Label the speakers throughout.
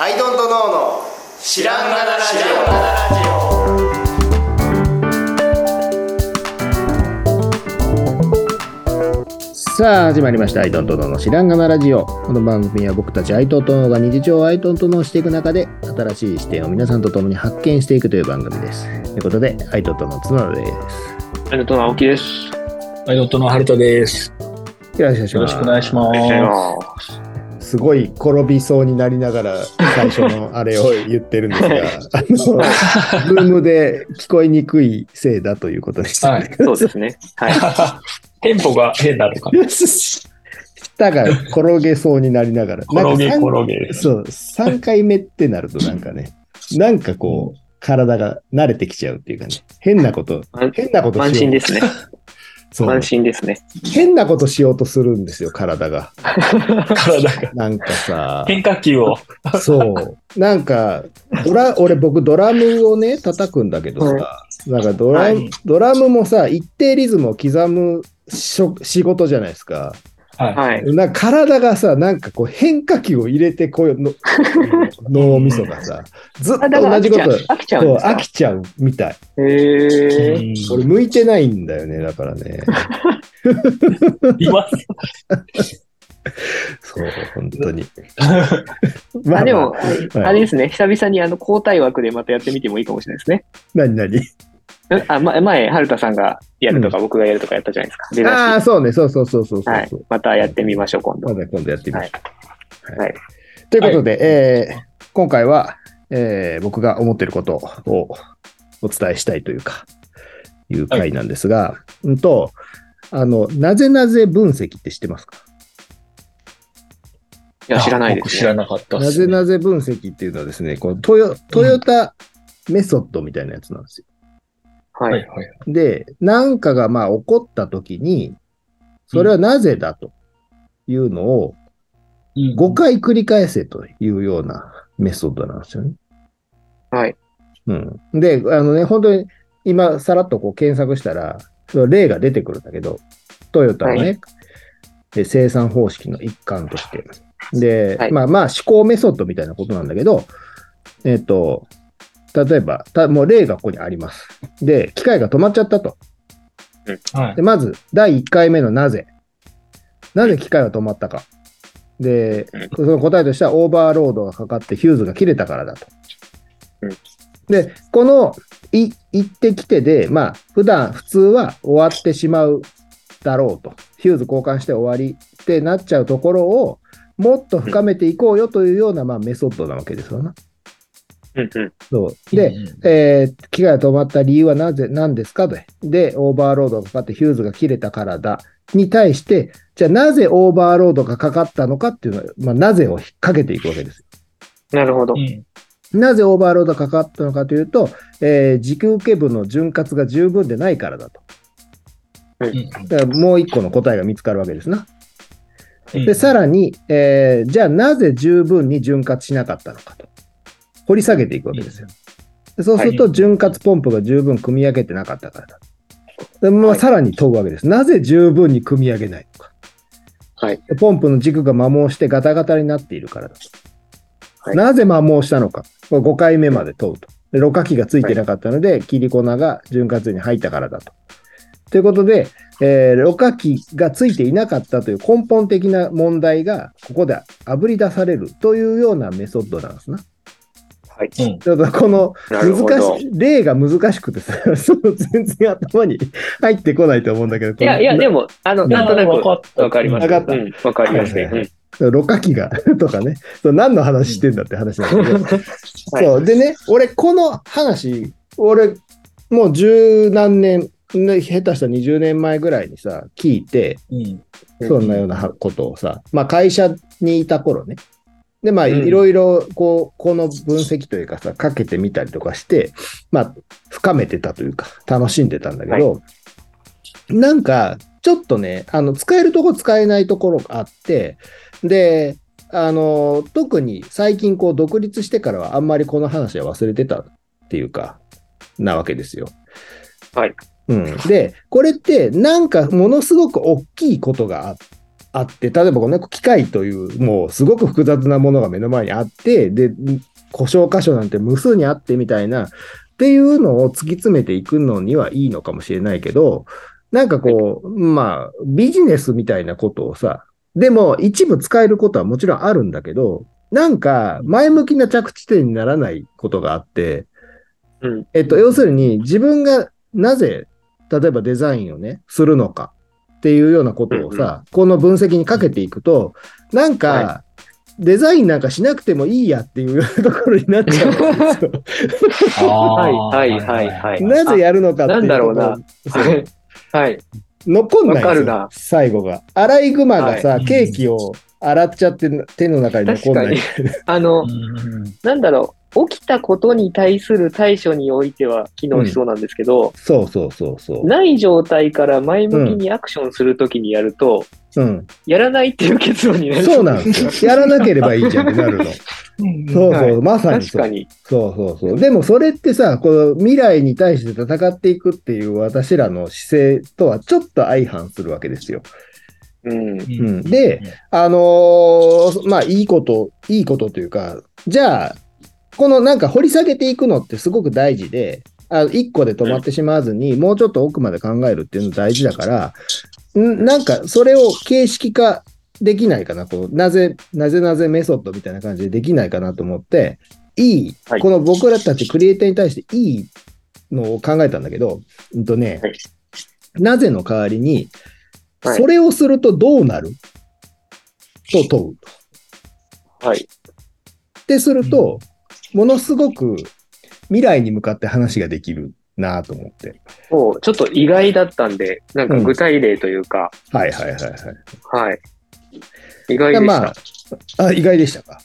Speaker 1: アイドントノーの知らんがなラジ
Speaker 2: さあ始まりました「アイトントノーの知らんがなラジオ」この番組は僕たちアイトントノーが日常をアイトントノーしていく中で新しい視点を皆さんと共に発見していくという番組ですということでアイトントノー角田です
Speaker 3: アイドットの青木です。
Speaker 4: アイドットのハルトです。
Speaker 2: よろしく
Speaker 4: よろしくお願いしま
Speaker 3: お
Speaker 4: す。
Speaker 3: ます。
Speaker 2: すごい転びそうになりながら最初のあれを言ってるんですがあのズームで聞こえにくいせいだということでした、
Speaker 4: はい。
Speaker 3: そうですね。はい。
Speaker 4: テンポが変だとか、ね、
Speaker 2: 舌が転げそうになりながら
Speaker 4: 転げ
Speaker 2: なんか
Speaker 4: 転げ。
Speaker 2: そう、3回目ってなるとなんかね、なんかこう、体が慣れてきちゃうっていうかね、変なこと
Speaker 3: 安、
Speaker 2: 変なこと
Speaker 3: 慢
Speaker 2: しよ
Speaker 3: 心
Speaker 2: う
Speaker 3: ですね。
Speaker 2: そう
Speaker 3: 慢心ですね。
Speaker 2: 変なことしようとするんですよ、体が。
Speaker 4: 体が。
Speaker 2: なんか さ、
Speaker 4: 変化球を。
Speaker 2: そう。なんか、ドラ、俺僕ドラムをね、叩くんだけどさ、なんかドラ,、
Speaker 4: はい
Speaker 2: ドラムもさ、一定リズムを刻むしょ仕事じゃないですか。
Speaker 4: は
Speaker 3: はい。
Speaker 2: なんか体がさ、なんかこう変化球を入れてこう の脳みそがさ、ずっと同
Speaker 3: 飽
Speaker 2: じ
Speaker 3: き
Speaker 2: こ
Speaker 3: ちゃう
Speaker 2: と。
Speaker 3: 飽きちゃう
Speaker 2: そ
Speaker 3: ん
Speaker 2: う
Speaker 3: です
Speaker 2: 飽きちゃうみたい。
Speaker 3: か
Speaker 4: い。
Speaker 3: へ
Speaker 4: う
Speaker 3: ー
Speaker 4: ん
Speaker 2: 俺、向いてないんだよね、だからね。
Speaker 4: います。
Speaker 2: そう、本当に。
Speaker 3: あでも、
Speaker 2: あ
Speaker 3: あれですね、久々にあの交代枠でまたやってみてもいいかもしれないですね。
Speaker 2: 何何
Speaker 3: んあま、前、春田さんがやるとか、僕がやるとかやったじゃないですか。出
Speaker 2: ああ、
Speaker 3: だし
Speaker 2: そうね、そうそうそうそうそう。
Speaker 3: はい。またやってみましょう、今
Speaker 2: ま
Speaker 3: 度。
Speaker 2: だ今度やってみましょう。
Speaker 3: はい
Speaker 2: ということで、えー今回は、えー僕が思っていることをお伝えしたいというか、いう回なんですが、うんと、あの、なぜなぜ分析って知ってますか
Speaker 3: いや、知らないで
Speaker 4: 僕
Speaker 3: す、
Speaker 4: 知
Speaker 3: ね。
Speaker 4: らなかった
Speaker 2: な
Speaker 4: です
Speaker 2: ぜ
Speaker 4: ね、
Speaker 2: なぜ分析っていうのはですね、このトヨトヨタメソッドみたいなやつなんですよ。
Speaker 3: は
Speaker 4: はい
Speaker 3: い。
Speaker 4: はい。
Speaker 2: で、何かがまあ起こった時に、それはなぜだというのを
Speaker 4: うん
Speaker 2: 5回繰り返せというようなメソッドなんですよね。
Speaker 3: はい。
Speaker 2: うん。で、あのね、本当に今、さらっとこう検索したら、その例が出てくるんだけど、トヨタのね、
Speaker 3: は
Speaker 2: で生産方式の一環として。で、
Speaker 3: はい
Speaker 2: まあまあ、思考メソッドみたいなことなんだけど、えっ、と、例えば、たもう例がここにあります。で、機械が止まっちゃったと。
Speaker 4: はい
Speaker 2: で、まず、第1回目のなぜ。なぜ機械は止まったか。で、その答えとしては、オーバーロードがかかってヒューズが切れたからだと
Speaker 3: うん。
Speaker 2: で、この、い、行ってきてで、まあ、普段、普通は終わってしまうだろうと。ヒューズ交換して終わりってなっちゃうところを、もっと深めていこうよというような、まあ、メソッドなわけですよね。
Speaker 3: うんうん。
Speaker 2: そう。で、えー機械が止まった理由はなぜ、何ですかと。で、オーバーロードがかかってヒューズが切れたからだ。に対して、じゃあなぜオーバーロードがかかったのかっていうのは、まあ、なぜを引っ掛けていくわけです。
Speaker 3: なるほど
Speaker 4: う。ん、
Speaker 2: なぜオーバーロードがかかったのかというと、えー軸受け部の潤滑が十分でないからだと。
Speaker 4: うん
Speaker 2: だからもう一個の答えが見つかるわけですな。
Speaker 4: うん
Speaker 2: で、さらに、えーじゃあなぜ十分に潤滑しなかったのかと。掘り下げていくわけですよ。でそうすると、
Speaker 4: はい
Speaker 2: 潤滑ポンプが十分組み上げてなかったからだ。でま
Speaker 3: は
Speaker 2: あ、
Speaker 3: い
Speaker 2: さらに問うわけです。なぜ十分に組み上げないのか。
Speaker 3: はい。
Speaker 2: ポンプの軸が摩耗してガタガタになっているからだ。
Speaker 3: はい
Speaker 2: なぜ摩耗したのか。これ5回目まで問うと。でろ過器がついてなかったので、切り粉が潤滑油に入ったからだと。ということで、えーろ過器がついていなかったという根本的な問題が、ここであぶり出されるというようなメソッドなんですな。
Speaker 3: はい。
Speaker 2: ただこの
Speaker 3: なるほど
Speaker 2: 難しい、例が難しくてさ、 そう全然頭に入ってこないと思うんだけど、
Speaker 3: い
Speaker 2: この
Speaker 3: や、いや、でも、あの、なんとな
Speaker 4: わ
Speaker 3: く、
Speaker 4: かった
Speaker 3: わかります。
Speaker 2: わかった
Speaker 3: うんわかりますね。
Speaker 2: はいはいろ過器がとかね、そう何の話してんだって話なんだけど、
Speaker 3: はい
Speaker 2: そうでね、俺、この話、俺、もう十何年、ね下手したら20年前ぐらいにさ、聞いて、
Speaker 4: うん
Speaker 3: うん
Speaker 2: そんなようなことをさ、まあ、会社にいた頃ね、で、まあ、
Speaker 3: うん
Speaker 2: いろいろ、こう、この分析というかさ、かけてみたりとかして、まあ、深めてたというか、楽しんでたんだけど、なんか、ちょっとね、あの、使えるとこ使えないところがあって、で、あの、特に最近、こう、独立してからは、あんまりこの話は忘れてたっていうか、なわけですよ。
Speaker 3: はい。
Speaker 2: うん。で、これって、なんか、ものすごく大きいことがあっあって、例えばこのね機械という、もうすごく複雑なものが目の前にあって、で、故障箇所なんて無数にあってみたいな、っていうのを突き詰めていくのにはいいのかもしれないけど、なんかこう、まあ、ビジネスみたいなことをさ、でも一部使えることはもちろんあるんだけど、なんか前向きな着地点にならないことがあって、
Speaker 3: うん
Speaker 2: えっと、要するに自分がなぜ、例えばデザインをね、するのかっていうようなことをさ、この分析にかけていくと、なんか、
Speaker 3: は
Speaker 2: デザインなんかしなくてもいいやっていうようなところになっちゃうんですよ。
Speaker 4: はい
Speaker 3: はいはいはい。
Speaker 2: なぜやるのかっていうことを
Speaker 3: あなんだろ
Speaker 2: そう
Speaker 3: はい はい。
Speaker 2: 残んないんですよ
Speaker 3: わかるな
Speaker 2: 最後が。アライグマがさ、
Speaker 4: はい
Speaker 2: ケーキを洗っちゃって手の中に残んない。
Speaker 3: あの、
Speaker 4: うん
Speaker 3: なんだろう、起きたことに対する対処においては機能しそうなんですけど、
Speaker 2: そうそうそうそ
Speaker 3: ない状態から前向きにアクションするときにやると、
Speaker 2: う。うん。
Speaker 3: やらないっていう結論になる。
Speaker 2: そうなんです よ。やらなければいいじゃんってなるの。そう
Speaker 4: うん
Speaker 2: そう、
Speaker 3: はい
Speaker 2: まさに
Speaker 3: 確
Speaker 2: そう
Speaker 3: か。に。
Speaker 2: そうそうそう。でもそれってさ、この未来に対して戦っていくっていう私らの姿勢とはちょっと相反するわけですよ。
Speaker 3: うん。
Speaker 2: うんで、あのーまあいいこと、いいことというか、じゃあ、このなんか掘り下げていくのってすごく大事で、あ1個で止まってしまわずに、もうちょっと奥まで考えるっていうの大事だから、んなんかそれを形式化できないかな、こうなぜ、なぜなぜメソッドみたいな感じでできないかなと思って、いい、
Speaker 3: はい
Speaker 2: この僕らたちクリエイターに対していいのを考えたんだけど、うんとね、
Speaker 3: はい
Speaker 2: なぜの代わりに、
Speaker 3: はい
Speaker 2: それをするとどうなると問う。
Speaker 3: はい。
Speaker 2: ってすると、ものすごく未来に向かって話ができるなと思って。
Speaker 3: そう、ちょっと意外だったんで、なんか具体例というか、
Speaker 2: はいはいはいはい。
Speaker 3: はい。意外でした。
Speaker 2: まあ、あ、意外でしたか。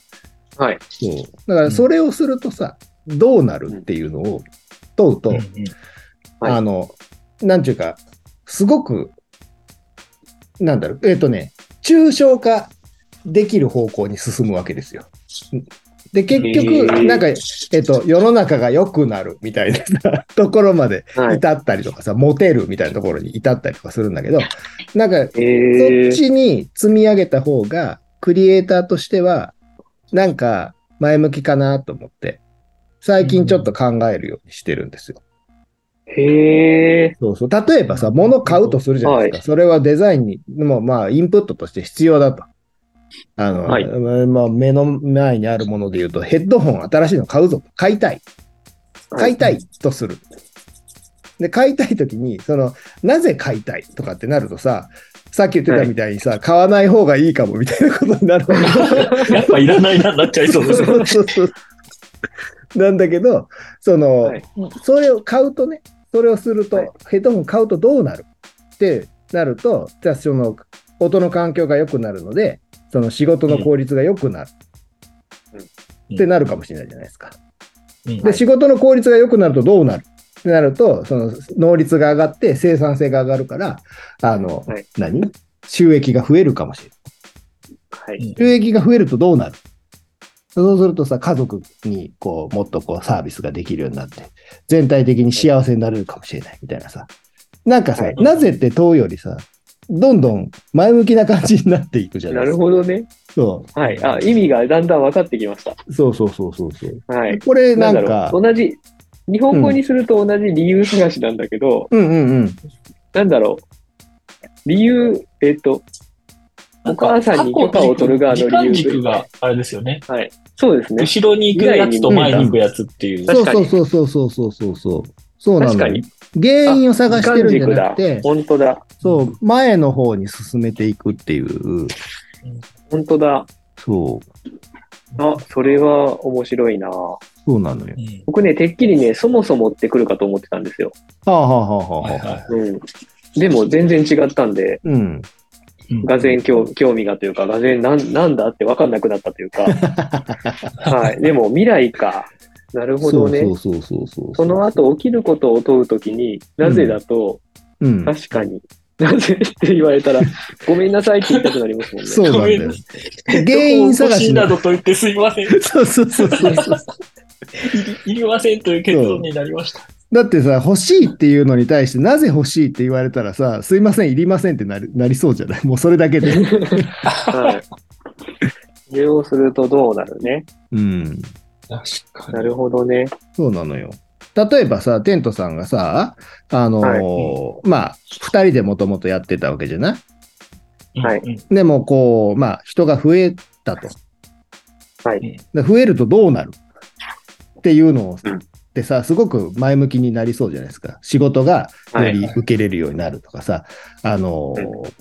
Speaker 3: はい。
Speaker 2: そう。だからそれをするとさ、どうなるっていうのを問うと、
Speaker 4: うん
Speaker 3: はい
Speaker 2: あの、なんていうか、すごく、なんだろう、えっ、とね、抽象化できる方向に進むわけですよ。で、結
Speaker 3: へ
Speaker 2: 局、
Speaker 3: ー
Speaker 2: なんか、えっ、と、世の中が良くなるみたいな さところまで
Speaker 3: はい。
Speaker 2: 至ったりとかさ、モテるみたいなところに至ったりとかするんだけど、なんか、
Speaker 3: え
Speaker 2: そっ
Speaker 3: ー、
Speaker 2: ちに積み上げた方が、クリエイターとしては、なんか前向きかなと思って、最近ちょっと考えるようにしてるんですよ。
Speaker 3: へえ
Speaker 2: そうそう。例えばさ、物買うとするじゃないですか。それはデザインにも、まあ、インプットとして必要だと。あの、
Speaker 3: はい
Speaker 2: まあ、目の前にあるもので言うと、ヘッドホン新しいの買うぞ。買いたい。
Speaker 3: はい
Speaker 2: 買いたいとする。で、買いたいときに、その、なぜ買いたいとかってなるとさ、さっき言ってたみたいにさ、買わない方がいいかもみたいなことになるわけ
Speaker 4: やっぱいらないな、なっちゃい そうですね。
Speaker 2: そうそうそうなんだけど、その、
Speaker 3: はい
Speaker 2: それを買うとね、それをすると、
Speaker 3: はい
Speaker 2: ヘッドホン買うとどうなるってなると、じゃあその音の環境が良くなるので、その仕事の効率が良くなる。
Speaker 3: うん
Speaker 2: ってなるかもしれないじゃないですか。
Speaker 4: うん
Speaker 2: で、仕事の効率が良くなるとどうなるってなると、その能率が上がって生産性が上がるから、あの、
Speaker 3: はい
Speaker 2: 何収益が増えるかもしれない。
Speaker 3: はい。
Speaker 2: 収益が増えるとどうなるそうするとさ、家族にこうもっとこうサービスができるようになって、全体的に幸せになれるかもしれないみたいなさ。なんかさ、
Speaker 3: はい
Speaker 2: なぜって問うよりさ、どんどん前向きな感じになっていくじゃな
Speaker 3: ない
Speaker 2: で
Speaker 3: る
Speaker 2: すか。
Speaker 3: ほどね。
Speaker 2: そ
Speaker 3: はい。あ、意味がだんだん分かってきました。
Speaker 2: うそうそうそうそうそう。
Speaker 3: はい。
Speaker 2: これな
Speaker 3: なんだ
Speaker 2: ん
Speaker 3: ろ
Speaker 2: か
Speaker 3: う。、同じ、日本語にすると同じ理由探しなんだけど、
Speaker 2: うんうんうん。
Speaker 3: なんだろう。理由、えっ、と、お母さんに許可を取る側の理由
Speaker 4: 時間軸があれですよね。
Speaker 3: はい。そうですね。
Speaker 4: 後ろに行くやつと前に行くやつっていう。
Speaker 2: そう
Speaker 3: 確か
Speaker 2: そう
Speaker 3: に
Speaker 2: そうそうそうそうそうそう。そうな
Speaker 3: 確
Speaker 2: の
Speaker 3: か
Speaker 2: よ
Speaker 3: に。
Speaker 2: 原因を探してるんじゃなく
Speaker 3: 時間
Speaker 2: て
Speaker 3: 軸だ、本当だ。
Speaker 2: そう、前の方に進めていくっていう、
Speaker 3: 本当だ。
Speaker 2: そう、
Speaker 3: あ、それは面白いな
Speaker 2: そうなのよ。
Speaker 4: うん
Speaker 3: 僕ね、てっきりね、そもそもってくるかと思ってたんですよ。
Speaker 2: はあはあはあはあ
Speaker 4: はいは
Speaker 3: うん。でも全然違ったんで、
Speaker 2: うん。
Speaker 4: いうん
Speaker 3: がぜん興興味がというか、がぜんなんなんだって分かんなくなったという か、はい。でも未来か。なるほどね。
Speaker 2: そうそうそうそうそう。
Speaker 3: その後起きることを問うときに、なぜだと、
Speaker 2: うん。
Speaker 3: 確かに、なぜって言われたら、ごめんなさいって言いたくなります もんね。
Speaker 2: そうなんだよ。原
Speaker 4: 原
Speaker 2: 因
Speaker 4: 因
Speaker 2: 探
Speaker 4: 探
Speaker 2: し
Speaker 4: し
Speaker 2: の
Speaker 4: などと言ってすいません。い
Speaker 2: そうそうそうそうそう。
Speaker 4: りいりませんという結論になりました。
Speaker 2: だってさ、欲しいっていうのに対して、なぜ欲しいって言われたらさ、すいません、いりませんってなるなりそうじゃないもうそれだけ で。
Speaker 3: はい。利用するとどうなるね。
Speaker 2: うん。
Speaker 4: 確か
Speaker 3: な
Speaker 4: に。
Speaker 3: るほどね。
Speaker 2: そうなのよ。例えばさ、テントさんがさ、あのーまあ、二人でもともとやってたわけじゃない
Speaker 3: はい
Speaker 4: うんうん
Speaker 2: でも、こう、まあ、人が増えたと。
Speaker 3: はい。
Speaker 2: で増えるとどうなるっていうのを、
Speaker 3: うん
Speaker 2: ってさ、すごく前向きになりそうじゃないですか。仕事が
Speaker 3: は
Speaker 2: よ
Speaker 3: い。
Speaker 2: り受けれるようになるとかさ、あのー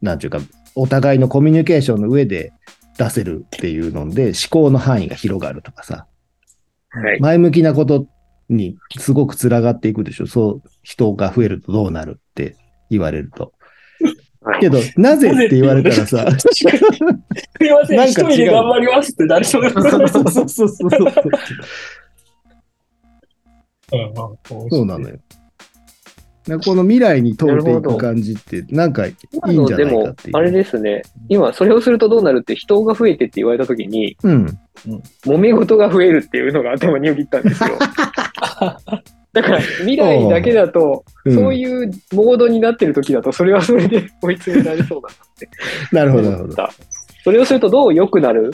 Speaker 2: なんていうか、お互いのコミュニケーションの上で出せるっていうので、思考の範囲が広がるとかさ、
Speaker 3: はい。
Speaker 2: 前向きなことにすごくつながっていくでしょ。そう、人が増えるとどうなるって言われると。
Speaker 3: はい
Speaker 2: けど、なぜって言われたらさ、
Speaker 4: すいません、
Speaker 2: なんか違う
Speaker 4: 一人で頑張りますって誰とも言わない
Speaker 2: そうそうそうそうそう。
Speaker 4: うんうん
Speaker 2: そうなのよ。なんかこの未来に問うていく感じって、なんかい
Speaker 3: 今
Speaker 2: いん
Speaker 3: の
Speaker 2: じゃ
Speaker 3: で
Speaker 2: ないか
Speaker 3: も
Speaker 2: ってい、う。
Speaker 3: あれですね、今、それをするとどうなるって人が増えてって言われたときに、
Speaker 2: うん。
Speaker 3: 揉め事が増えるっていうのが頭によぎったん ですよ。だから、未来だけだと、
Speaker 2: うん
Speaker 3: そういうモードになってる時だと、それはそれで追い詰められそうだ
Speaker 2: なるほど、な
Speaker 3: な
Speaker 2: るほ
Speaker 3: と思っ
Speaker 2: ど。
Speaker 3: た。それをするとどう良くなる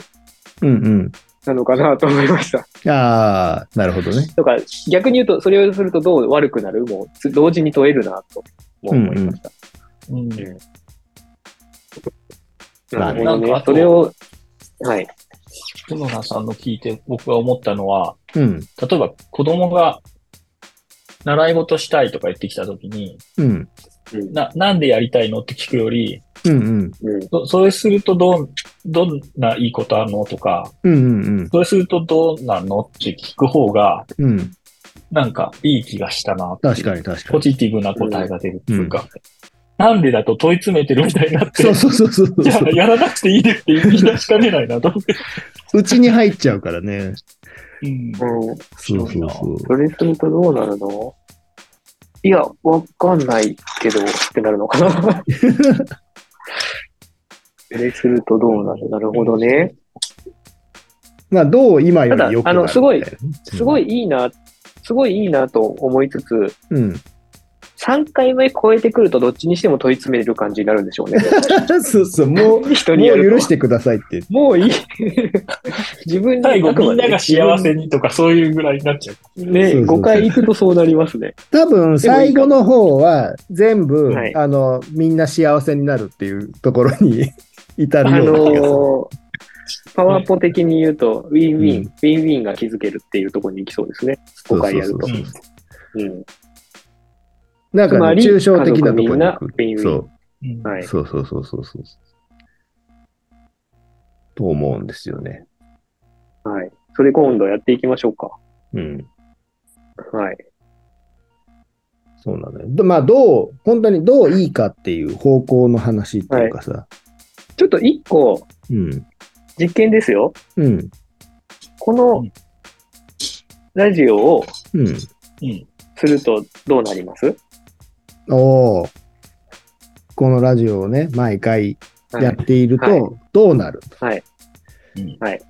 Speaker 2: うん
Speaker 3: なのかなと思いました。
Speaker 2: うん。ああ、なるほどね。
Speaker 3: だから逆に言うと、それをするとどう悪くなるもうつ同時に問えるなとも思いました。
Speaker 4: うん
Speaker 2: うん
Speaker 3: なるほど
Speaker 4: なんかあ
Speaker 3: ね。
Speaker 4: と
Speaker 3: それを、はい。
Speaker 4: 角田さんの聞いて僕が思ったのは、
Speaker 2: うん。
Speaker 4: 例えば子供が習い事したいとか言ってきたときに、
Speaker 2: うん。
Speaker 4: な、なんでやりたいのって聞くより、
Speaker 2: うんうん。
Speaker 3: うん
Speaker 4: そそれするとどう、どんないいことあるのとか、
Speaker 2: うんうん
Speaker 4: それするとどうなんのって聞く方が、
Speaker 2: うん。うん。
Speaker 4: なんかいい気がしたな。
Speaker 2: 確かに確か
Speaker 4: ポ
Speaker 2: に。
Speaker 4: ジティブな答えが出るっていうか、なんでだと問い詰めてるみたいになって、
Speaker 2: そうそうそうそうそう。
Speaker 4: じゃあやらなくていいですって言い出しかねない なと思って。
Speaker 2: うちに入っちゃうからね。
Speaker 4: うん
Speaker 3: うん、
Speaker 2: そうそうそう。
Speaker 3: それするとどうなるのいや、わかんないけどってなるのかな。それするとどうなるなるほどね。
Speaker 2: まあ、どう今よりよくなるみたいな
Speaker 3: ただあのすごい、すご
Speaker 2: い。
Speaker 3: いいいな、すごいいいなと思いつつ、
Speaker 2: うん。
Speaker 3: 3回目超えてくるとどっちにしても問い詰める感じになるんでしょうね。
Speaker 2: そうそう。もう、もう
Speaker 3: 人にやると
Speaker 2: 許してくださいって。
Speaker 3: もういい。 自分で
Speaker 4: 最後
Speaker 3: あく
Speaker 4: み
Speaker 3: ま
Speaker 4: ん
Speaker 3: で
Speaker 4: なが幸せにとかそういうぐらいになっちゃ
Speaker 3: ね、
Speaker 4: う。
Speaker 2: そうそうそう
Speaker 3: 5回行くとそうなりますね。
Speaker 2: 多分、最後の方は、全部
Speaker 3: はい、
Speaker 2: あの、みんな幸せになるっていうところに 至
Speaker 3: あ
Speaker 2: るような気がする。
Speaker 3: のーパワーポ的に言うと、ウィンウィン、
Speaker 2: うん
Speaker 3: ウィンウィンが築けるっていうところに行きそうですね。
Speaker 2: そう
Speaker 3: 5
Speaker 2: そう
Speaker 3: 回
Speaker 2: そう
Speaker 3: やると。
Speaker 4: うん
Speaker 3: うん
Speaker 2: なん
Speaker 3: つ
Speaker 2: か
Speaker 3: ま
Speaker 2: ね、
Speaker 3: り
Speaker 2: 抽象的なところに
Speaker 3: 家族みん
Speaker 2: 来る。
Speaker 3: な
Speaker 2: そう。
Speaker 4: うん
Speaker 3: はい。
Speaker 2: そうそうそうそうそう。と思うんですよね。
Speaker 3: はい。それ今度やっていきましょうか。
Speaker 2: うん。
Speaker 3: はい。
Speaker 2: そうなのよ。どまあ、どう、本当にどういいかっていう方向の話っていうかさ。
Speaker 3: ちょっと一個、
Speaker 2: うん。
Speaker 3: 実験ですよ。
Speaker 2: うん。
Speaker 3: こ
Speaker 4: う
Speaker 3: の
Speaker 4: ん、
Speaker 3: ラジオを
Speaker 2: うん。
Speaker 4: うん。
Speaker 3: するとどうなります
Speaker 2: おーこのラジオをね、毎回
Speaker 3: はい
Speaker 2: やっている
Speaker 3: はい
Speaker 2: と、どうなる、
Speaker 3: はい。
Speaker 4: うん
Speaker 3: はい。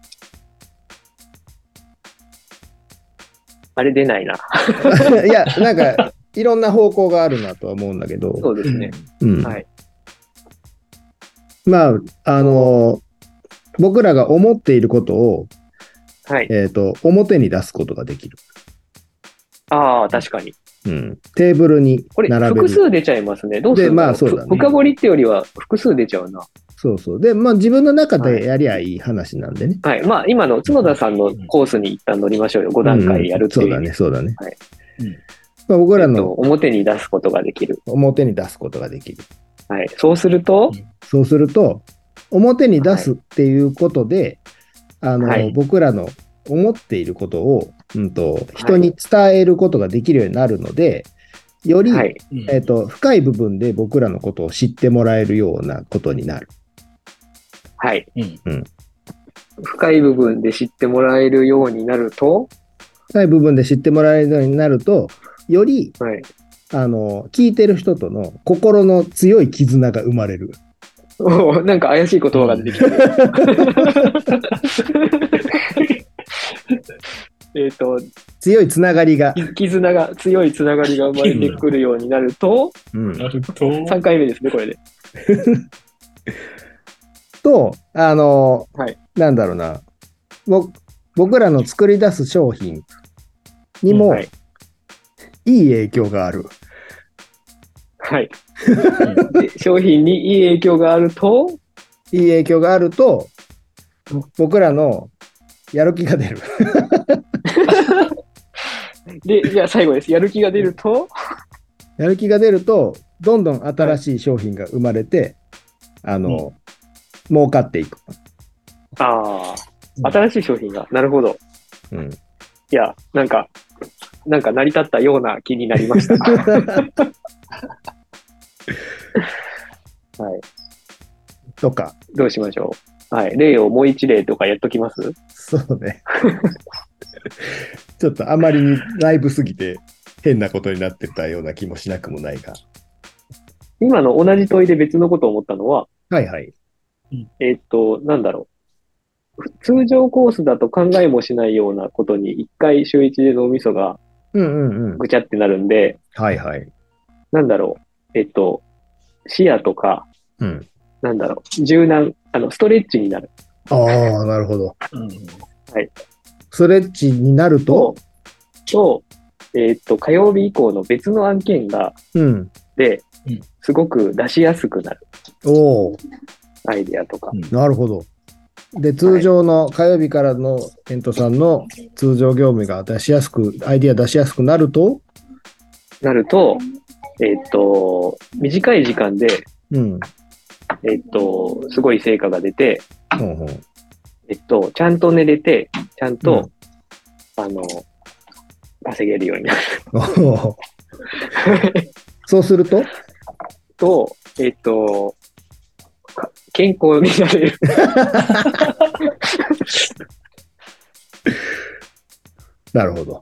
Speaker 3: あれ出ないな。
Speaker 2: い、や、なんか、いろんな方向があるなとは思うんだけど。
Speaker 3: そうですね。
Speaker 2: うん
Speaker 3: はい
Speaker 2: まあ、あのー僕らが思っていることを、
Speaker 3: はい。
Speaker 2: えっ、と、表に出すことができる。
Speaker 3: ああ、確かに。
Speaker 2: うん。テーブルに
Speaker 3: これ、
Speaker 2: 並べ
Speaker 3: 複
Speaker 2: る。
Speaker 3: 数出ちゃいますね。どうする
Speaker 2: でまあそうだね
Speaker 3: ふ深掘りってよりは複数出ちゃうな。
Speaker 2: そうそう。で、まあ自分の中
Speaker 3: は
Speaker 2: で
Speaker 3: い
Speaker 2: やりゃいい話なんでね。
Speaker 3: はい。まあ、今の角田さんのコースに一旦乗りましょうよ。5段階やるっていう。
Speaker 2: うんうんそうだね、そうだね。
Speaker 3: はい
Speaker 4: うん
Speaker 2: まあ、僕ら
Speaker 3: えっと
Speaker 2: の
Speaker 3: 表に出すことができる。
Speaker 2: 表に出すことができる。
Speaker 3: はい。そうすると、
Speaker 2: そうすると、表に出すっていうことで、あの、
Speaker 3: はい
Speaker 2: 僕らの思っていることを、うんと、人に伝えることができるようになるので、より、
Speaker 3: はい。
Speaker 4: うん
Speaker 2: えっ、と、深い部分で僕らのことを知ってもらえるようなことになる。
Speaker 3: はい。
Speaker 4: うん
Speaker 3: 深い部分で知ってもらえるようになると、
Speaker 2: 深い部分で知ってもらえるようになると、より、
Speaker 3: はい。
Speaker 2: あの、聞いてる人との心の強い絆が生まれる。
Speaker 3: おーなんか怪しい言葉が出 てきてる。えっと、
Speaker 2: 強いつながりが。
Speaker 3: き絆が、強い繋がりが生まれてくるようになると、
Speaker 2: うん、
Speaker 4: なると、
Speaker 3: 3回目ですね、これで。
Speaker 2: と、あの、
Speaker 3: はい
Speaker 2: なんだろうな、ぼ僕らの作り出す商品にも
Speaker 3: はい。
Speaker 2: いい影響がある。
Speaker 3: はい、で商品にいい影響があると、
Speaker 2: いい影響があると、僕らのやる気が出る。
Speaker 3: で、じゃあ最後です。やる気が出ると、
Speaker 2: やる気が出ると、どんどん新しい商品が生まれて、あの、儲かっていく。
Speaker 3: あ
Speaker 4: うん
Speaker 3: あ、新しい商品が、なるほど。
Speaker 2: うん、
Speaker 3: いや、なんか、なんか成り立ったような気になり ま した。はい、
Speaker 2: とか、
Speaker 3: どうしましょう。はい、例をもう一例とかやっときます
Speaker 2: そうね。 ちょっとあまりにライブすぎて変なことになってたような気もしなくもないが。
Speaker 3: 今の同じ問いで別のことを思ったのは、
Speaker 2: はいはい。
Speaker 3: えっと、なんだろう。ふ通常コースだと考えもしないようなことに、一回週一で脳みそが
Speaker 2: うんうんうん。
Speaker 3: ぐちゃってなるんで、
Speaker 2: はいはい。
Speaker 3: なんだろう。えっと、視野とか、
Speaker 2: うん。
Speaker 3: なんだろう。柔軟、あの、ストレッチになる。
Speaker 2: ああ、なるほど。
Speaker 4: うん
Speaker 2: ストレッチになると、
Speaker 3: と、えっと、火曜日以降の別の案件が、
Speaker 2: うん。
Speaker 3: で
Speaker 4: うん、
Speaker 3: すごく出しやすくなる
Speaker 2: おお、
Speaker 3: アイディアとか。
Speaker 2: なるほど。で、通常の火曜日からのエントさんの通常業務が出しやすく、アイディア出しやすくなると、
Speaker 3: なると、えっと、短い時間で、
Speaker 2: うん。
Speaker 3: えっと、すごい成果が出て、
Speaker 2: ほうほう
Speaker 3: えっと、ちゃんと寝れて、ちゃんと、あの、稼げるようになる
Speaker 2: おお そうすると、
Speaker 3: と、えっと、か健康にな れる。
Speaker 2: なるほど。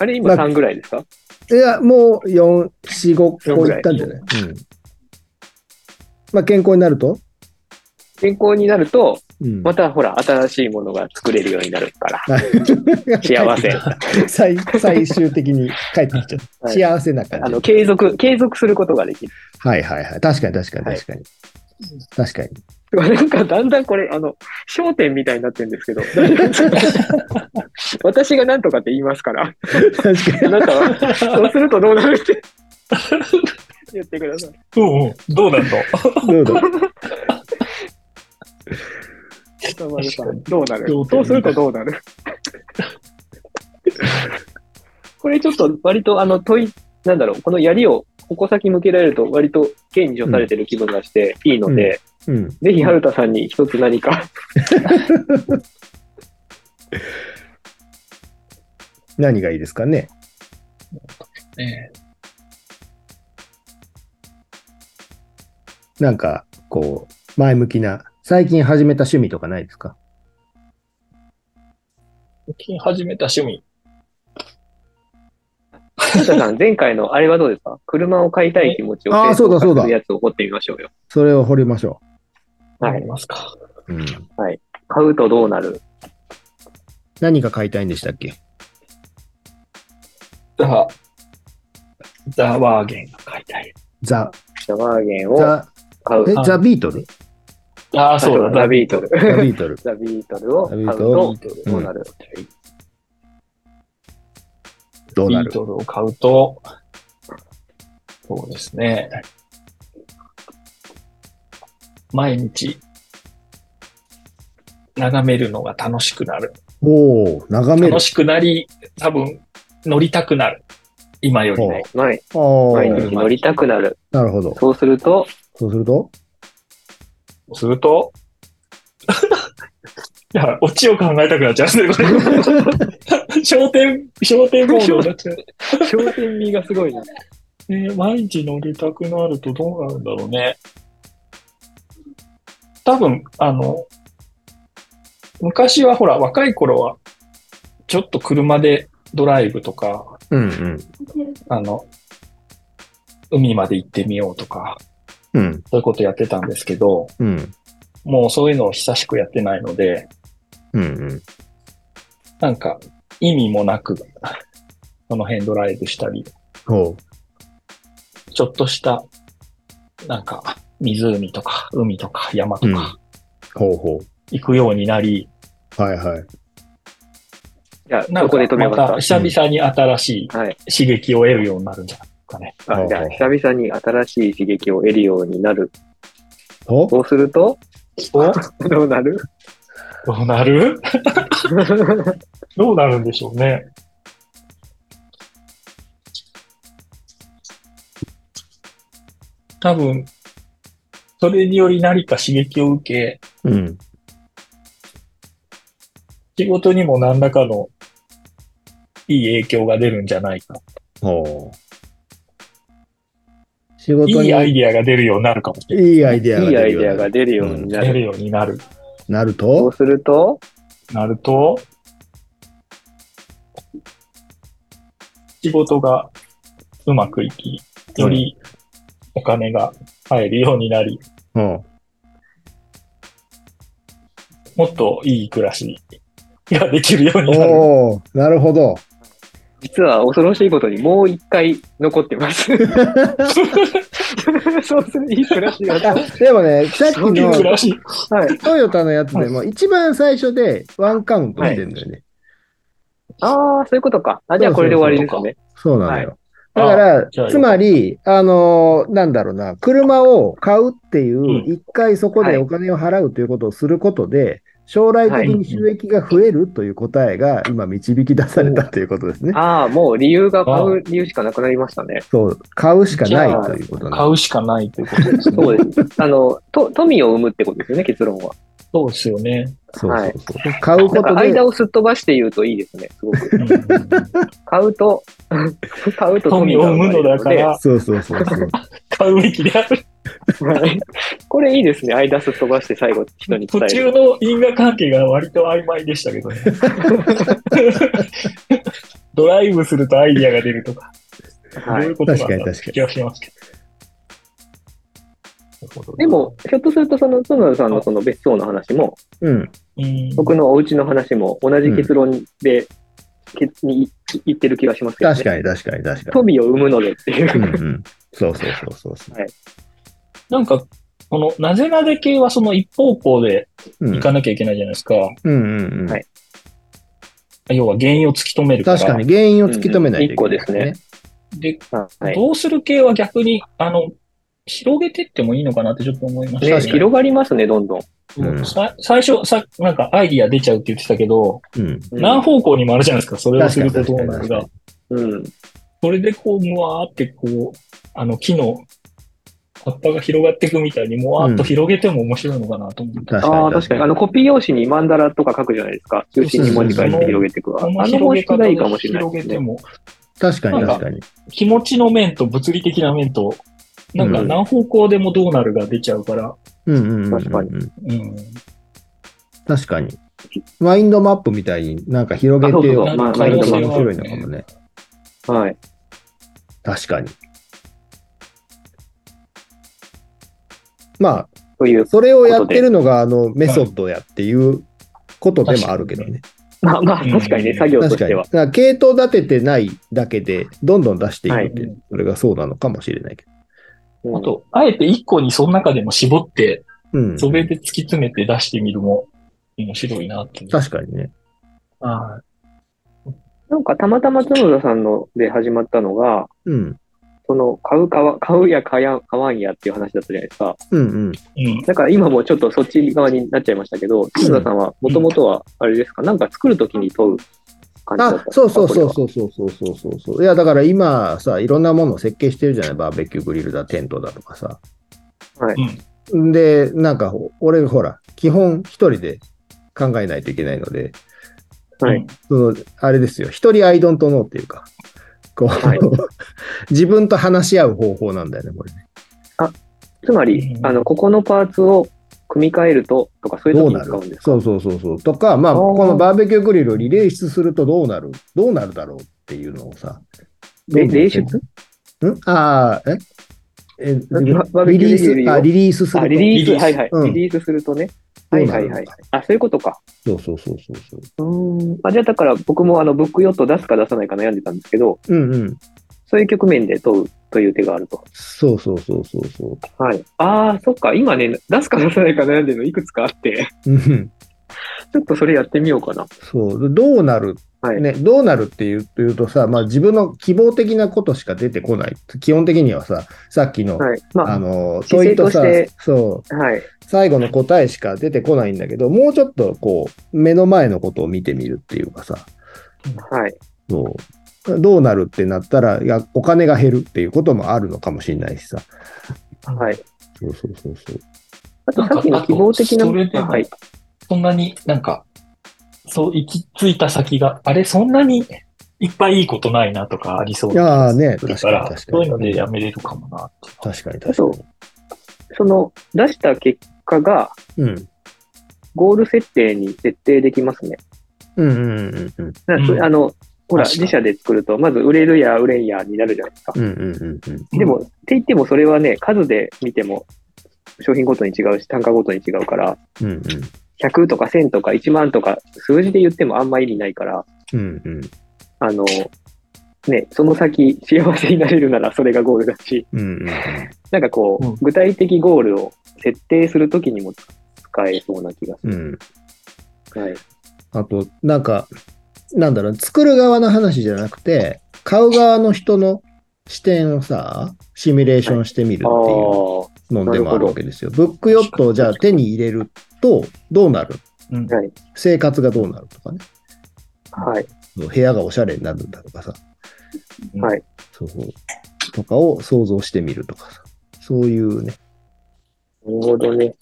Speaker 3: あれ、今
Speaker 2: まあ
Speaker 3: 3ぐらいですか
Speaker 2: いや、もう4、4、5個
Speaker 3: ぐら
Speaker 2: い
Speaker 3: い
Speaker 2: ったんじゃないうん。まあ、健康になると、
Speaker 3: 健康になると、
Speaker 2: うん
Speaker 3: またほら、新しいものが作れるようになるから、
Speaker 2: 幸
Speaker 3: 幸せ。
Speaker 2: 最最終的に帰ってきちゃう。
Speaker 3: は
Speaker 2: 幸
Speaker 3: い
Speaker 2: せな感
Speaker 3: あ
Speaker 2: じ
Speaker 3: の、。継続、継続することができる。
Speaker 2: はいはいはい。確かに確かに確かに。確かに。
Speaker 3: なんか、だんだんこれ、あの、焦点みたいになってるんですけど、大丈夫ですか私が何とかって言いますから、
Speaker 2: 確か
Speaker 3: あなたは、そうするとどうなるって、言ってください。
Speaker 4: うんうんどうだ と。
Speaker 2: に。どうだ
Speaker 3: 歌丸さんどうなる
Speaker 4: どうなる
Speaker 3: そうするとどうなるこれちょっと割とあの問い、なんだろう、この槍を矛先向けられると割と剣に処されてる気分がしていいので、
Speaker 2: うん。
Speaker 3: ぜひ春田さんに一つ何か、
Speaker 2: 何がいいですかね。
Speaker 4: ね
Speaker 2: なんか、こう、前向きな、最近始めた趣味とかないですか
Speaker 4: 最近始めた趣味。
Speaker 3: 春田さん前回のあれはどうですか車を買いたい気持ちを
Speaker 2: あーそうだそうだ
Speaker 3: 正当化するやつを掘ってみましょうよ。
Speaker 2: それを掘りましょ
Speaker 4: あ
Speaker 3: はい
Speaker 4: り。ますか。
Speaker 2: う。うん。
Speaker 3: 買うとどうなる
Speaker 2: 何が買いたいんでしたっけ
Speaker 4: ザ、ザワーゲンが買いたい。
Speaker 2: ザ、
Speaker 3: シャワーゲンを
Speaker 2: ザ、
Speaker 3: 買う
Speaker 2: え。
Speaker 4: あ
Speaker 2: ザビートル
Speaker 4: ああ、
Speaker 3: あ
Speaker 4: そうだ、
Speaker 3: ザ
Speaker 4: ザビ
Speaker 3: ビートル。
Speaker 2: ザビートル。
Speaker 3: ザビートルを買
Speaker 2: ザ
Speaker 3: う
Speaker 2: ビート
Speaker 3: と
Speaker 4: ートル。
Speaker 2: うん
Speaker 3: ど
Speaker 2: どう
Speaker 3: うなる、
Speaker 4: ビ
Speaker 2: な
Speaker 4: ー
Speaker 2: る
Speaker 4: トルを買うと、そうですね。毎日、眺めるのが楽しくなる。
Speaker 2: おお眺める
Speaker 4: 楽。しくなり、多分、乗りたくなる。今よりね。
Speaker 3: 毎
Speaker 2: お
Speaker 3: 毎
Speaker 2: ー
Speaker 3: 日乗りたくなる。
Speaker 2: なるほど。
Speaker 3: そうすると、
Speaker 2: そうすると
Speaker 4: すると、 いや、オチを考えたくなっちゃうん ですね、これ。焦点、焦点モードになっちゃう。
Speaker 3: 焦点味がすごいな。
Speaker 4: ね、毎日乗りたくなるとどうなるんだろうね。多分、あの、昔はほら、若い頃は、ちょっと車でドライブとか、
Speaker 2: うんうん。
Speaker 4: あの、海まで行ってみようとか、
Speaker 2: うん
Speaker 4: そういうことやってたんですけど、
Speaker 2: うん。
Speaker 4: もうそういうのを久しくやってないので、
Speaker 2: うんうん。
Speaker 4: なんか意味もなく、その辺ドライブしたり、
Speaker 2: ほ
Speaker 4: ちょっとした、なんか湖とか海とか山と
Speaker 2: うん
Speaker 4: か
Speaker 2: う。ほうほ
Speaker 4: 行くようになり、
Speaker 2: う。はいはい。
Speaker 3: じゃあ、
Speaker 4: な
Speaker 3: そ
Speaker 4: んか
Speaker 3: こで止め
Speaker 4: ま
Speaker 3: ま
Speaker 4: た
Speaker 3: し
Speaker 4: 久々に新しい
Speaker 3: た。はい。
Speaker 4: 刺激を得るようになるんじゃないですかね。
Speaker 3: あじゃあ、久々に新しい刺激を得るようになる。
Speaker 2: ほ
Speaker 3: そうすると、
Speaker 4: お
Speaker 3: どうなる
Speaker 4: どうなる どうなるんでしょうね。多分、それにより何か刺激を受け、
Speaker 2: うん。
Speaker 4: 仕事にも何らかのいい影響が出るんじゃないか。
Speaker 2: ほう。仕事
Speaker 4: い
Speaker 2: に
Speaker 4: いアイディアが出るようになるかもしれ
Speaker 2: いいアイデアが
Speaker 3: いい
Speaker 2: 出
Speaker 3: ア
Speaker 2: る
Speaker 3: イ
Speaker 2: よ
Speaker 3: デ
Speaker 2: う
Speaker 3: ア
Speaker 2: にな
Speaker 3: が
Speaker 2: る
Speaker 3: 出るようにな
Speaker 4: ない。出
Speaker 3: る。
Speaker 4: るようになる。
Speaker 2: なる
Speaker 3: そう
Speaker 2: と、
Speaker 3: すると、
Speaker 4: なると、仕事がうまくいき、よりお金が入るようになり、
Speaker 2: うん。
Speaker 4: もっといい暮らしができるようになる。
Speaker 2: おおなるほど。
Speaker 3: 実は恐ろしいことにもう一回残って ます。そうする、いい暮らしが。
Speaker 2: あでもね、さっき
Speaker 3: そう
Speaker 4: いい
Speaker 2: の
Speaker 4: 暮らし。
Speaker 3: はい。
Speaker 2: トヨタのやつでも、一番最初でワンカウントしてんだよね。
Speaker 3: ああ、そういうことか。あ、じゃあこれで終わりですね。
Speaker 2: そうなのよ。だ
Speaker 4: あ
Speaker 2: か
Speaker 4: じゃあ
Speaker 2: ら、つまり、あのーなんだろうな、車を買うっていうう、
Speaker 4: ん
Speaker 2: 一回そこでお金を払うということをすることで、将来的に収益が増えるという答えが今導き出されたということですね。
Speaker 3: ああ、もう理由が買う理由しかなくなりましたね。
Speaker 2: そう、買うしかないということ
Speaker 4: 買
Speaker 2: ね。
Speaker 4: うしかないということですね。
Speaker 3: そうです。あの、と富を生むってことですよね、結論は。
Speaker 4: そうですよね。
Speaker 2: そう
Speaker 3: は
Speaker 2: そ
Speaker 3: いう
Speaker 2: そう。買う
Speaker 3: だ
Speaker 2: こ
Speaker 3: か
Speaker 2: と
Speaker 3: ら
Speaker 2: で
Speaker 3: 間、をすっ飛ばして言うといいですね、すごく。
Speaker 4: うん
Speaker 3: 買うと、 買うと
Speaker 4: 富を生むのだか
Speaker 3: が
Speaker 4: ら、
Speaker 2: そうそうそうそう。
Speaker 4: 買うべきである。
Speaker 3: 生まれるので。はいこれいいですね、間すっ飛ばして最後、人に伝
Speaker 4: 途
Speaker 3: え
Speaker 4: 中
Speaker 3: る。
Speaker 4: の因果関係が割と曖昧でしたけどね。ドライブするとアイディアが出るとか、
Speaker 3: は
Speaker 4: どうい
Speaker 3: いう
Speaker 4: ことなん
Speaker 2: 確かに
Speaker 4: だ
Speaker 2: 確かに
Speaker 4: 気がしますけど。
Speaker 3: でも、、ひょっとすると、その、角田さんのその別荘の話も、
Speaker 2: うん。
Speaker 4: うん、
Speaker 3: 僕のお家の話も同じ結論で、けに言ってる気がしますけど、ね、
Speaker 2: 確かに確かに確か
Speaker 3: 富を生むのでっ ていう、
Speaker 2: に。うんうん。そうそうそうそうそう。
Speaker 4: なんか、この、なぜなぜ系はその一方向で
Speaker 2: うん
Speaker 4: 行かなきゃいけないじゃないですか。
Speaker 2: うんうんうん。
Speaker 3: はい
Speaker 4: 要は原因を突き止めるから。
Speaker 2: 確かに原因を突き止めないといけない、
Speaker 3: うんうん一個で
Speaker 4: で、
Speaker 3: はい
Speaker 4: どうする系は逆に、あの、広げてってもいいのかなってちょっと思いまし
Speaker 3: ね
Speaker 4: た
Speaker 2: 確かに
Speaker 3: 広がりますね、どんどん。
Speaker 2: うん
Speaker 4: さ最初、さ、なんかアイディア出ちゃうって言ってたけど、
Speaker 2: うん。
Speaker 3: うん
Speaker 4: 何方向にもあるじゃないですか、それをすることなん
Speaker 2: 確かに確か
Speaker 4: が
Speaker 2: に。
Speaker 3: うん。
Speaker 4: それでこう、むわーってこう、あの木の葉っぱが広がっていくみたいに、もわーっと広げても面白いのかなと思って。
Speaker 2: 確
Speaker 3: あ
Speaker 2: か
Speaker 3: あ、
Speaker 2: に。
Speaker 3: 確かに。あの、コピー用紙にマンダラとか書くじゃないですか。中心に文字書いて広げていくわ。あ
Speaker 4: この
Speaker 3: の方
Speaker 4: 広げ
Speaker 3: 式
Speaker 4: 方
Speaker 3: がい
Speaker 4: で
Speaker 3: いかもしれない
Speaker 4: 広
Speaker 3: で
Speaker 4: げ
Speaker 3: す
Speaker 4: て
Speaker 3: ね。
Speaker 4: も、
Speaker 2: 確かに
Speaker 4: なんか
Speaker 2: 確かに。
Speaker 4: 気持ちの面と物理的な面と、なんか
Speaker 2: うん
Speaker 4: 何方向でもどうなるが出ちゃうから、
Speaker 2: うんうんうんうん。
Speaker 3: 確かに
Speaker 4: うん。
Speaker 2: 確かに。マインドマップみたいになんか広げて
Speaker 3: あそう
Speaker 4: そう
Speaker 2: 考えると面白いのかもね。
Speaker 3: はい。
Speaker 2: 確かに。まあ、
Speaker 3: という。
Speaker 2: それをやってるのがあのメソッドやっていうことでもあるけどね。
Speaker 3: まあまあ、確かにね、作業と
Speaker 2: 確
Speaker 3: し
Speaker 2: か
Speaker 3: て
Speaker 2: に。だ
Speaker 3: は
Speaker 2: か。ら系統立ててないだけで、どんどん出していくっていう、
Speaker 4: はい
Speaker 2: それがそうなのかもしれないけど。
Speaker 3: うん
Speaker 4: あと、あえて一個にその中でも絞って、
Speaker 2: うん。
Speaker 4: それで突き詰めて出してみるも面白いなって。
Speaker 2: 確かにね。
Speaker 4: は
Speaker 3: なんか、たまたま角田さんので始まったのが、
Speaker 2: うん。
Speaker 3: その、買う、買わ買うや買やん買わんやっていう話だったじゃないですか。
Speaker 2: うんうん。
Speaker 4: い。うん。
Speaker 3: だから今もちょっとそっち側になっちゃいましたけど、角田さんは、もともとは、あれですか、なんか作るときに問う感じだったん
Speaker 2: あ
Speaker 3: ですか
Speaker 2: そうそうそう
Speaker 3: こ
Speaker 2: そうそうそうそうそういやだから今さいろんなものを設計してるじゃないバーベキューグリルだテントだとかさ
Speaker 4: うん。
Speaker 2: でなんかほ俺ほら基本一人で考えないといけないので
Speaker 3: れは。はい。
Speaker 2: そのあれですよ一人アイドントノーっていうかこう、
Speaker 3: はい
Speaker 2: 自分と話し合う方法なんだよねこれね
Speaker 3: つまり
Speaker 4: う、ん
Speaker 3: あの、ここのパーツを組み替えると、とか、そういう
Speaker 2: どう
Speaker 3: 時に
Speaker 2: な
Speaker 3: 使うんで
Speaker 2: る
Speaker 3: すか
Speaker 2: そうそうそうそうとかまあ
Speaker 3: あー
Speaker 2: このバーベキューグリルをリレー出するとどうなるどうなるだろうっていうのをさ
Speaker 3: で
Speaker 2: どんどん
Speaker 3: 例出
Speaker 2: んああええリ
Speaker 3: バ
Speaker 2: リ
Speaker 3: リ
Speaker 2: リ
Speaker 3: リース
Speaker 2: ース、あ、リリースする
Speaker 3: あ、
Speaker 2: と
Speaker 3: リリース、
Speaker 4: リリース
Speaker 3: はいはい、
Speaker 2: うん
Speaker 3: リリースするとね。
Speaker 2: そ
Speaker 3: は
Speaker 2: う
Speaker 3: い
Speaker 2: な
Speaker 3: は
Speaker 2: ん
Speaker 3: い
Speaker 2: だ
Speaker 3: はい。あ、そういうことか。
Speaker 2: そうそうそうそうそう。
Speaker 3: うーん。あ、じゃあだから僕もあの、ブックヨット出すか出さないか悩んでたんですけど、
Speaker 2: うんうん。
Speaker 3: そういう局面で問うという手があると。
Speaker 2: そうそうそうそうそ
Speaker 3: はい。ああ、そっか。今ね、出すか出さないか悩んでるのいくつかあって、
Speaker 2: う。うん。
Speaker 3: ちょっとそれやってみようかな。
Speaker 2: そう。どうなる、
Speaker 3: はい
Speaker 2: ね、どうなるっていうというとさ、まあ自分の希望的なことしか出てこない。基本的にはさ、さっきの、
Speaker 3: はい。ま
Speaker 2: あ
Speaker 3: あ、
Speaker 2: の、
Speaker 3: 姿
Speaker 2: 問
Speaker 3: 勢
Speaker 2: いとさ
Speaker 3: として、
Speaker 2: そう、
Speaker 3: はい。
Speaker 2: 最後の答えしか出てこないんだけど、もうちょっとこう、目の前のことを見てみるっていうかさ、
Speaker 3: はい。
Speaker 2: そう。どうなるってなったら、いや、お金が減るっていうこともあるのかもしれないしさ。
Speaker 3: はい。
Speaker 2: そうそうそうそう。
Speaker 3: あとさっきの希望的な。
Speaker 4: なんかあとそれでも
Speaker 3: はい。
Speaker 4: そんなになんか、そう、行き着いた先が、あれ、そんなにいっぱいいいことないなとかありそう
Speaker 2: いやーね、
Speaker 4: だ
Speaker 2: 確
Speaker 4: か
Speaker 2: かに
Speaker 4: ら、
Speaker 2: 確
Speaker 4: そういう
Speaker 2: か
Speaker 4: の
Speaker 2: に。
Speaker 4: でやめれるかもなって。
Speaker 2: 確かに確
Speaker 3: あ
Speaker 2: か
Speaker 3: と、その出した結果が
Speaker 2: に。うん。
Speaker 3: ゴール設定に設定できますね。
Speaker 2: うんうんうんうん。
Speaker 3: だからそれ
Speaker 4: うん
Speaker 3: あの、ほら、
Speaker 4: 確かに
Speaker 3: 自社で作ると、まず売れるや売れんやになるじゃないですか。
Speaker 2: うんうんうんうん。
Speaker 3: でも、って言ってもそれはね、数で見ても商品ごとに違うし、単価ごとに違うから、
Speaker 2: うんうん。
Speaker 3: 100とか1000とか1万とか数字で言ってもあんま意味ないから、
Speaker 2: うんうん。
Speaker 3: あの、ね、その先幸せになれるならそれがゴールだし、
Speaker 2: うんうんうん。
Speaker 3: なんかこう、
Speaker 4: うん
Speaker 3: 具体的ゴールを設定するときにも使えそうな気がす
Speaker 2: うん。
Speaker 3: る。はい。
Speaker 2: あと、なんか、なんだろう、作る側の話じゃなくて、買う側の人の視点をさ、シミュレーションしてみるって
Speaker 3: あ
Speaker 2: い
Speaker 3: あ。
Speaker 2: うのでもあるわけですよ。ブックヨットをじゃあ手に入れると、どうなる
Speaker 4: うん、
Speaker 3: はい
Speaker 2: 生活がどうなるとかね。
Speaker 3: はい。
Speaker 2: 部屋がおしゃれになるんだとかさ。
Speaker 3: はい。
Speaker 2: そうそう。とかを想像してみるとかさ。そういうね。
Speaker 3: なるほどね。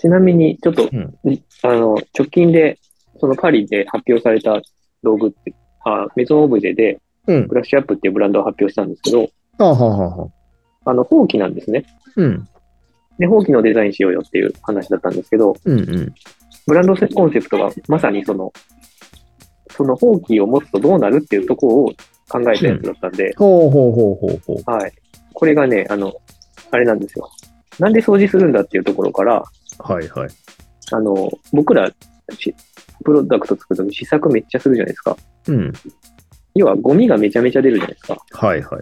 Speaker 3: ちなみに、ちょっと、
Speaker 2: うん
Speaker 3: あの、直近で、そのパリで発表された道具って、あメゾンオブジェで、
Speaker 2: うん
Speaker 3: ブ。ラッシュアップっていうブランドを発表したんですけど、
Speaker 2: あはあはあはあ。
Speaker 3: あの、放棄なんですね。
Speaker 2: うん。
Speaker 3: で、放棄のデザインしようよっていう話だったんですけど、
Speaker 2: うんうん。
Speaker 3: ブランドコンセプトがまさにその、その放棄を持つとどうなるっていうところを考えたやつだったんで、
Speaker 2: ほうほうほうほうほう。
Speaker 3: はい。これがね、あの、あれなんですよ。なんで掃除するんだっていうところから、
Speaker 2: はいはい。
Speaker 3: あの、僕らし、プロダクト作るとき試作めっちゃするじゃないですか。
Speaker 2: うん。
Speaker 3: 要はゴミがめちゃめちゃ出るじゃないですか。
Speaker 2: はいはい。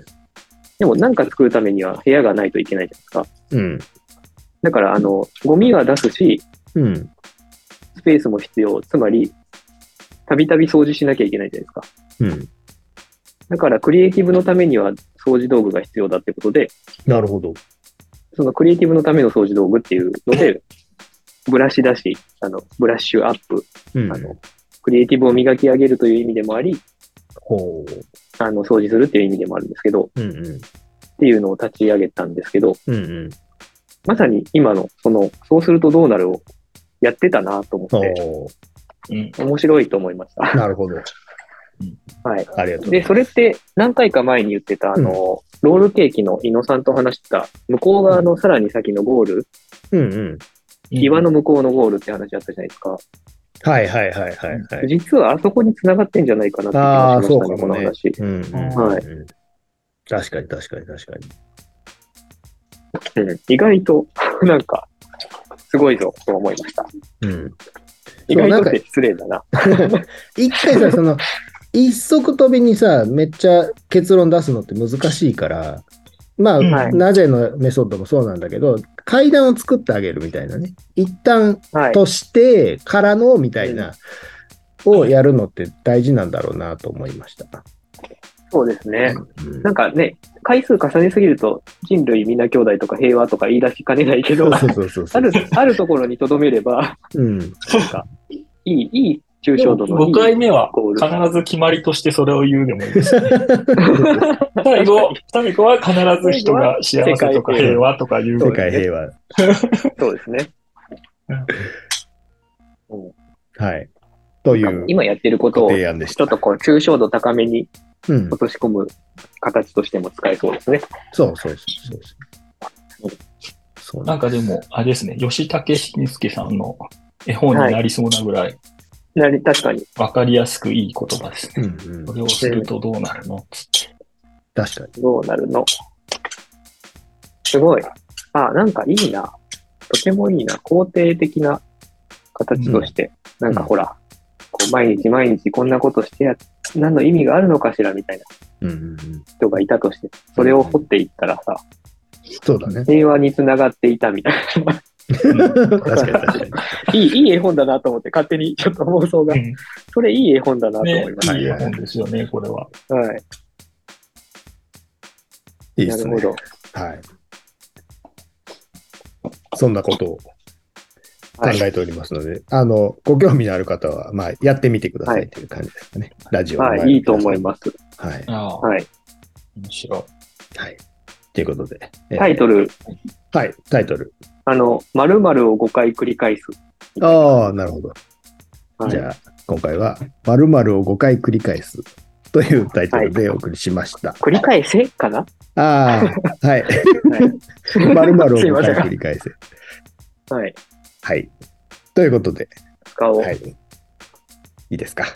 Speaker 3: でもなんか作るためには部屋がないといけないじゃないですか。
Speaker 2: うん。
Speaker 3: だから、あの、ゴミは出すし、
Speaker 2: うん。
Speaker 3: スペースも必要。つまり、たびたび掃除しなきゃいけないじゃないですか。
Speaker 2: うん。
Speaker 3: だから、クリエイティブのためには掃除道具が必要だってことで、
Speaker 2: なるほど。
Speaker 3: そのクリエイティブのための掃除道具っていう ので、ブラシだし、あの、ブラッシュアップ、
Speaker 2: うん
Speaker 3: あ。の、クリエイティブを磨き上げるという意味でもあり、
Speaker 2: ほ
Speaker 3: あの、掃除するっていう意味でもあるんですけど、
Speaker 2: う。うんうん。
Speaker 3: っていうのを立ち上げたんですけど、
Speaker 2: うんうん。
Speaker 3: まさに今の、その、そうするとどうなるをやってたなと思
Speaker 2: ほ
Speaker 3: って、
Speaker 4: うん。
Speaker 3: 面白いと思いまし
Speaker 2: う。
Speaker 3: た。
Speaker 2: なるほど。
Speaker 3: はい。
Speaker 2: ありがとうござい
Speaker 3: で、
Speaker 2: ます。
Speaker 3: それって何回か前に言ってた、あの、ロールケーキの井野さんと話した、向こう側のさらに先のゴール、
Speaker 2: うんうん。
Speaker 3: 岩の向こうのゴールって話あったじゃないですか。
Speaker 2: はいはいはいはいはい。
Speaker 3: 実はあそこに繋がってんじゃないかなって気
Speaker 2: あ
Speaker 3: が
Speaker 2: あ、
Speaker 3: しま
Speaker 2: そう
Speaker 3: したね、
Speaker 2: か
Speaker 3: こ
Speaker 2: も
Speaker 3: の
Speaker 2: ね
Speaker 3: 話。。
Speaker 2: うんうん。
Speaker 3: はい
Speaker 2: うん。確かに確かに確かに。
Speaker 3: うん、意外と、 なんか、すごいぞ、と思いました。
Speaker 2: うん。
Speaker 3: 意
Speaker 2: そう
Speaker 3: 外
Speaker 2: なん
Speaker 3: と
Speaker 2: か
Speaker 3: って失礼だな。
Speaker 2: 一回さ、そ の、一足飛びにさ、めっちゃ結論出すのって難しいから、まあ、
Speaker 4: はい
Speaker 2: なぜのメソッドもそうなんだけど、階段を作ってあげるみたいなね。一旦
Speaker 3: はい。
Speaker 2: としてからのみたいな、をやるのって大事なんだろうなと思いました。
Speaker 3: そうですね。
Speaker 2: うん
Speaker 3: なんかね、回数重ねすぎると、人類みんな兄弟とか平和とか言い出しかねないけ
Speaker 2: そ
Speaker 3: ど
Speaker 2: う、そうそうそうそ
Speaker 3: あ
Speaker 2: う。
Speaker 3: る、あるところに留めれば、
Speaker 2: うん。
Speaker 3: いい、いい抽
Speaker 4: で
Speaker 3: 象
Speaker 4: も
Speaker 3: 度のいい
Speaker 4: 5回目は
Speaker 3: ゴール
Speaker 4: 必ず決まりとしてそれを言うでもいいです ね。最後、最後は必ず人が幸せとか平和とか言う
Speaker 2: 世界平和。
Speaker 3: そうですね。
Speaker 2: はい。という
Speaker 3: 今やってるこ
Speaker 2: ご
Speaker 3: とを、ち
Speaker 2: 提案でし
Speaker 3: ょ
Speaker 2: た
Speaker 3: っ。とこう、抽象度高めに
Speaker 2: うん。
Speaker 3: 落とし込む形としても使えそうですね。
Speaker 2: そうそうそうそうそう。そう
Speaker 4: なんかでも、あれですね、吉武慎介さんの絵本になりそうなぐらい
Speaker 3: なり、確かに。
Speaker 4: わかりやすくいい言葉ですね。
Speaker 2: うんうん
Speaker 4: これをするとどうなるの
Speaker 2: 確かに。
Speaker 3: どうなるのすごい。あ、なんかいいな。とてもいいな。肯定的な形として。なんかほら、こう毎日毎日こんなことしてや、何の意味があるのかしらみたいな
Speaker 2: うんうんうん。
Speaker 3: 人がいたとして、それを掘っていったらさ、
Speaker 2: そうだね。
Speaker 3: 平和につながっていたみたい な。
Speaker 2: 確かに確かに。
Speaker 3: いい、いい絵本だなと思って、勝手にちょっと妄想が
Speaker 4: う。ん
Speaker 3: それいい絵本だなと思いまし
Speaker 4: ね、いい本ですよね、これは。
Speaker 3: た。はい。
Speaker 2: いいで
Speaker 3: な
Speaker 2: す
Speaker 3: る
Speaker 2: ね
Speaker 3: ほ。ど。
Speaker 2: はい。そんなことを考
Speaker 3: はい。
Speaker 2: えておりますので、あの、ご興味のある方は、まあ、やってみてくださ
Speaker 3: はい
Speaker 2: いという感じですかね。ラジオの前の皆
Speaker 3: は
Speaker 2: さん
Speaker 3: い、いいと思います。
Speaker 2: はい。
Speaker 4: ああ、
Speaker 3: はい。
Speaker 4: 面白い。
Speaker 2: はい。ということで。えー
Speaker 3: タイトル、
Speaker 2: はい、タイトル。
Speaker 3: あの、〇〇を5回繰り返す。
Speaker 2: ああ、なるほど。
Speaker 3: はい
Speaker 2: じゃあ、今回は、〇〇を5回繰り返すというタイトルでお送りしました。
Speaker 3: 繰り返せかな
Speaker 2: ああ、 はい。
Speaker 3: は
Speaker 2: 〇〇を
Speaker 3: すい
Speaker 2: 5
Speaker 3: ませ
Speaker 2: 回繰
Speaker 3: ん
Speaker 2: り返せ。
Speaker 3: い。はい。
Speaker 2: はい。ということで、
Speaker 3: 使おう。
Speaker 2: はい。いいですか。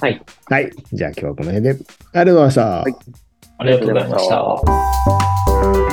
Speaker 3: はい。
Speaker 2: はい。じゃあ今日はこの辺で、ありがとうございました。
Speaker 3: はい
Speaker 4: ありがとうございました。
Speaker 2: い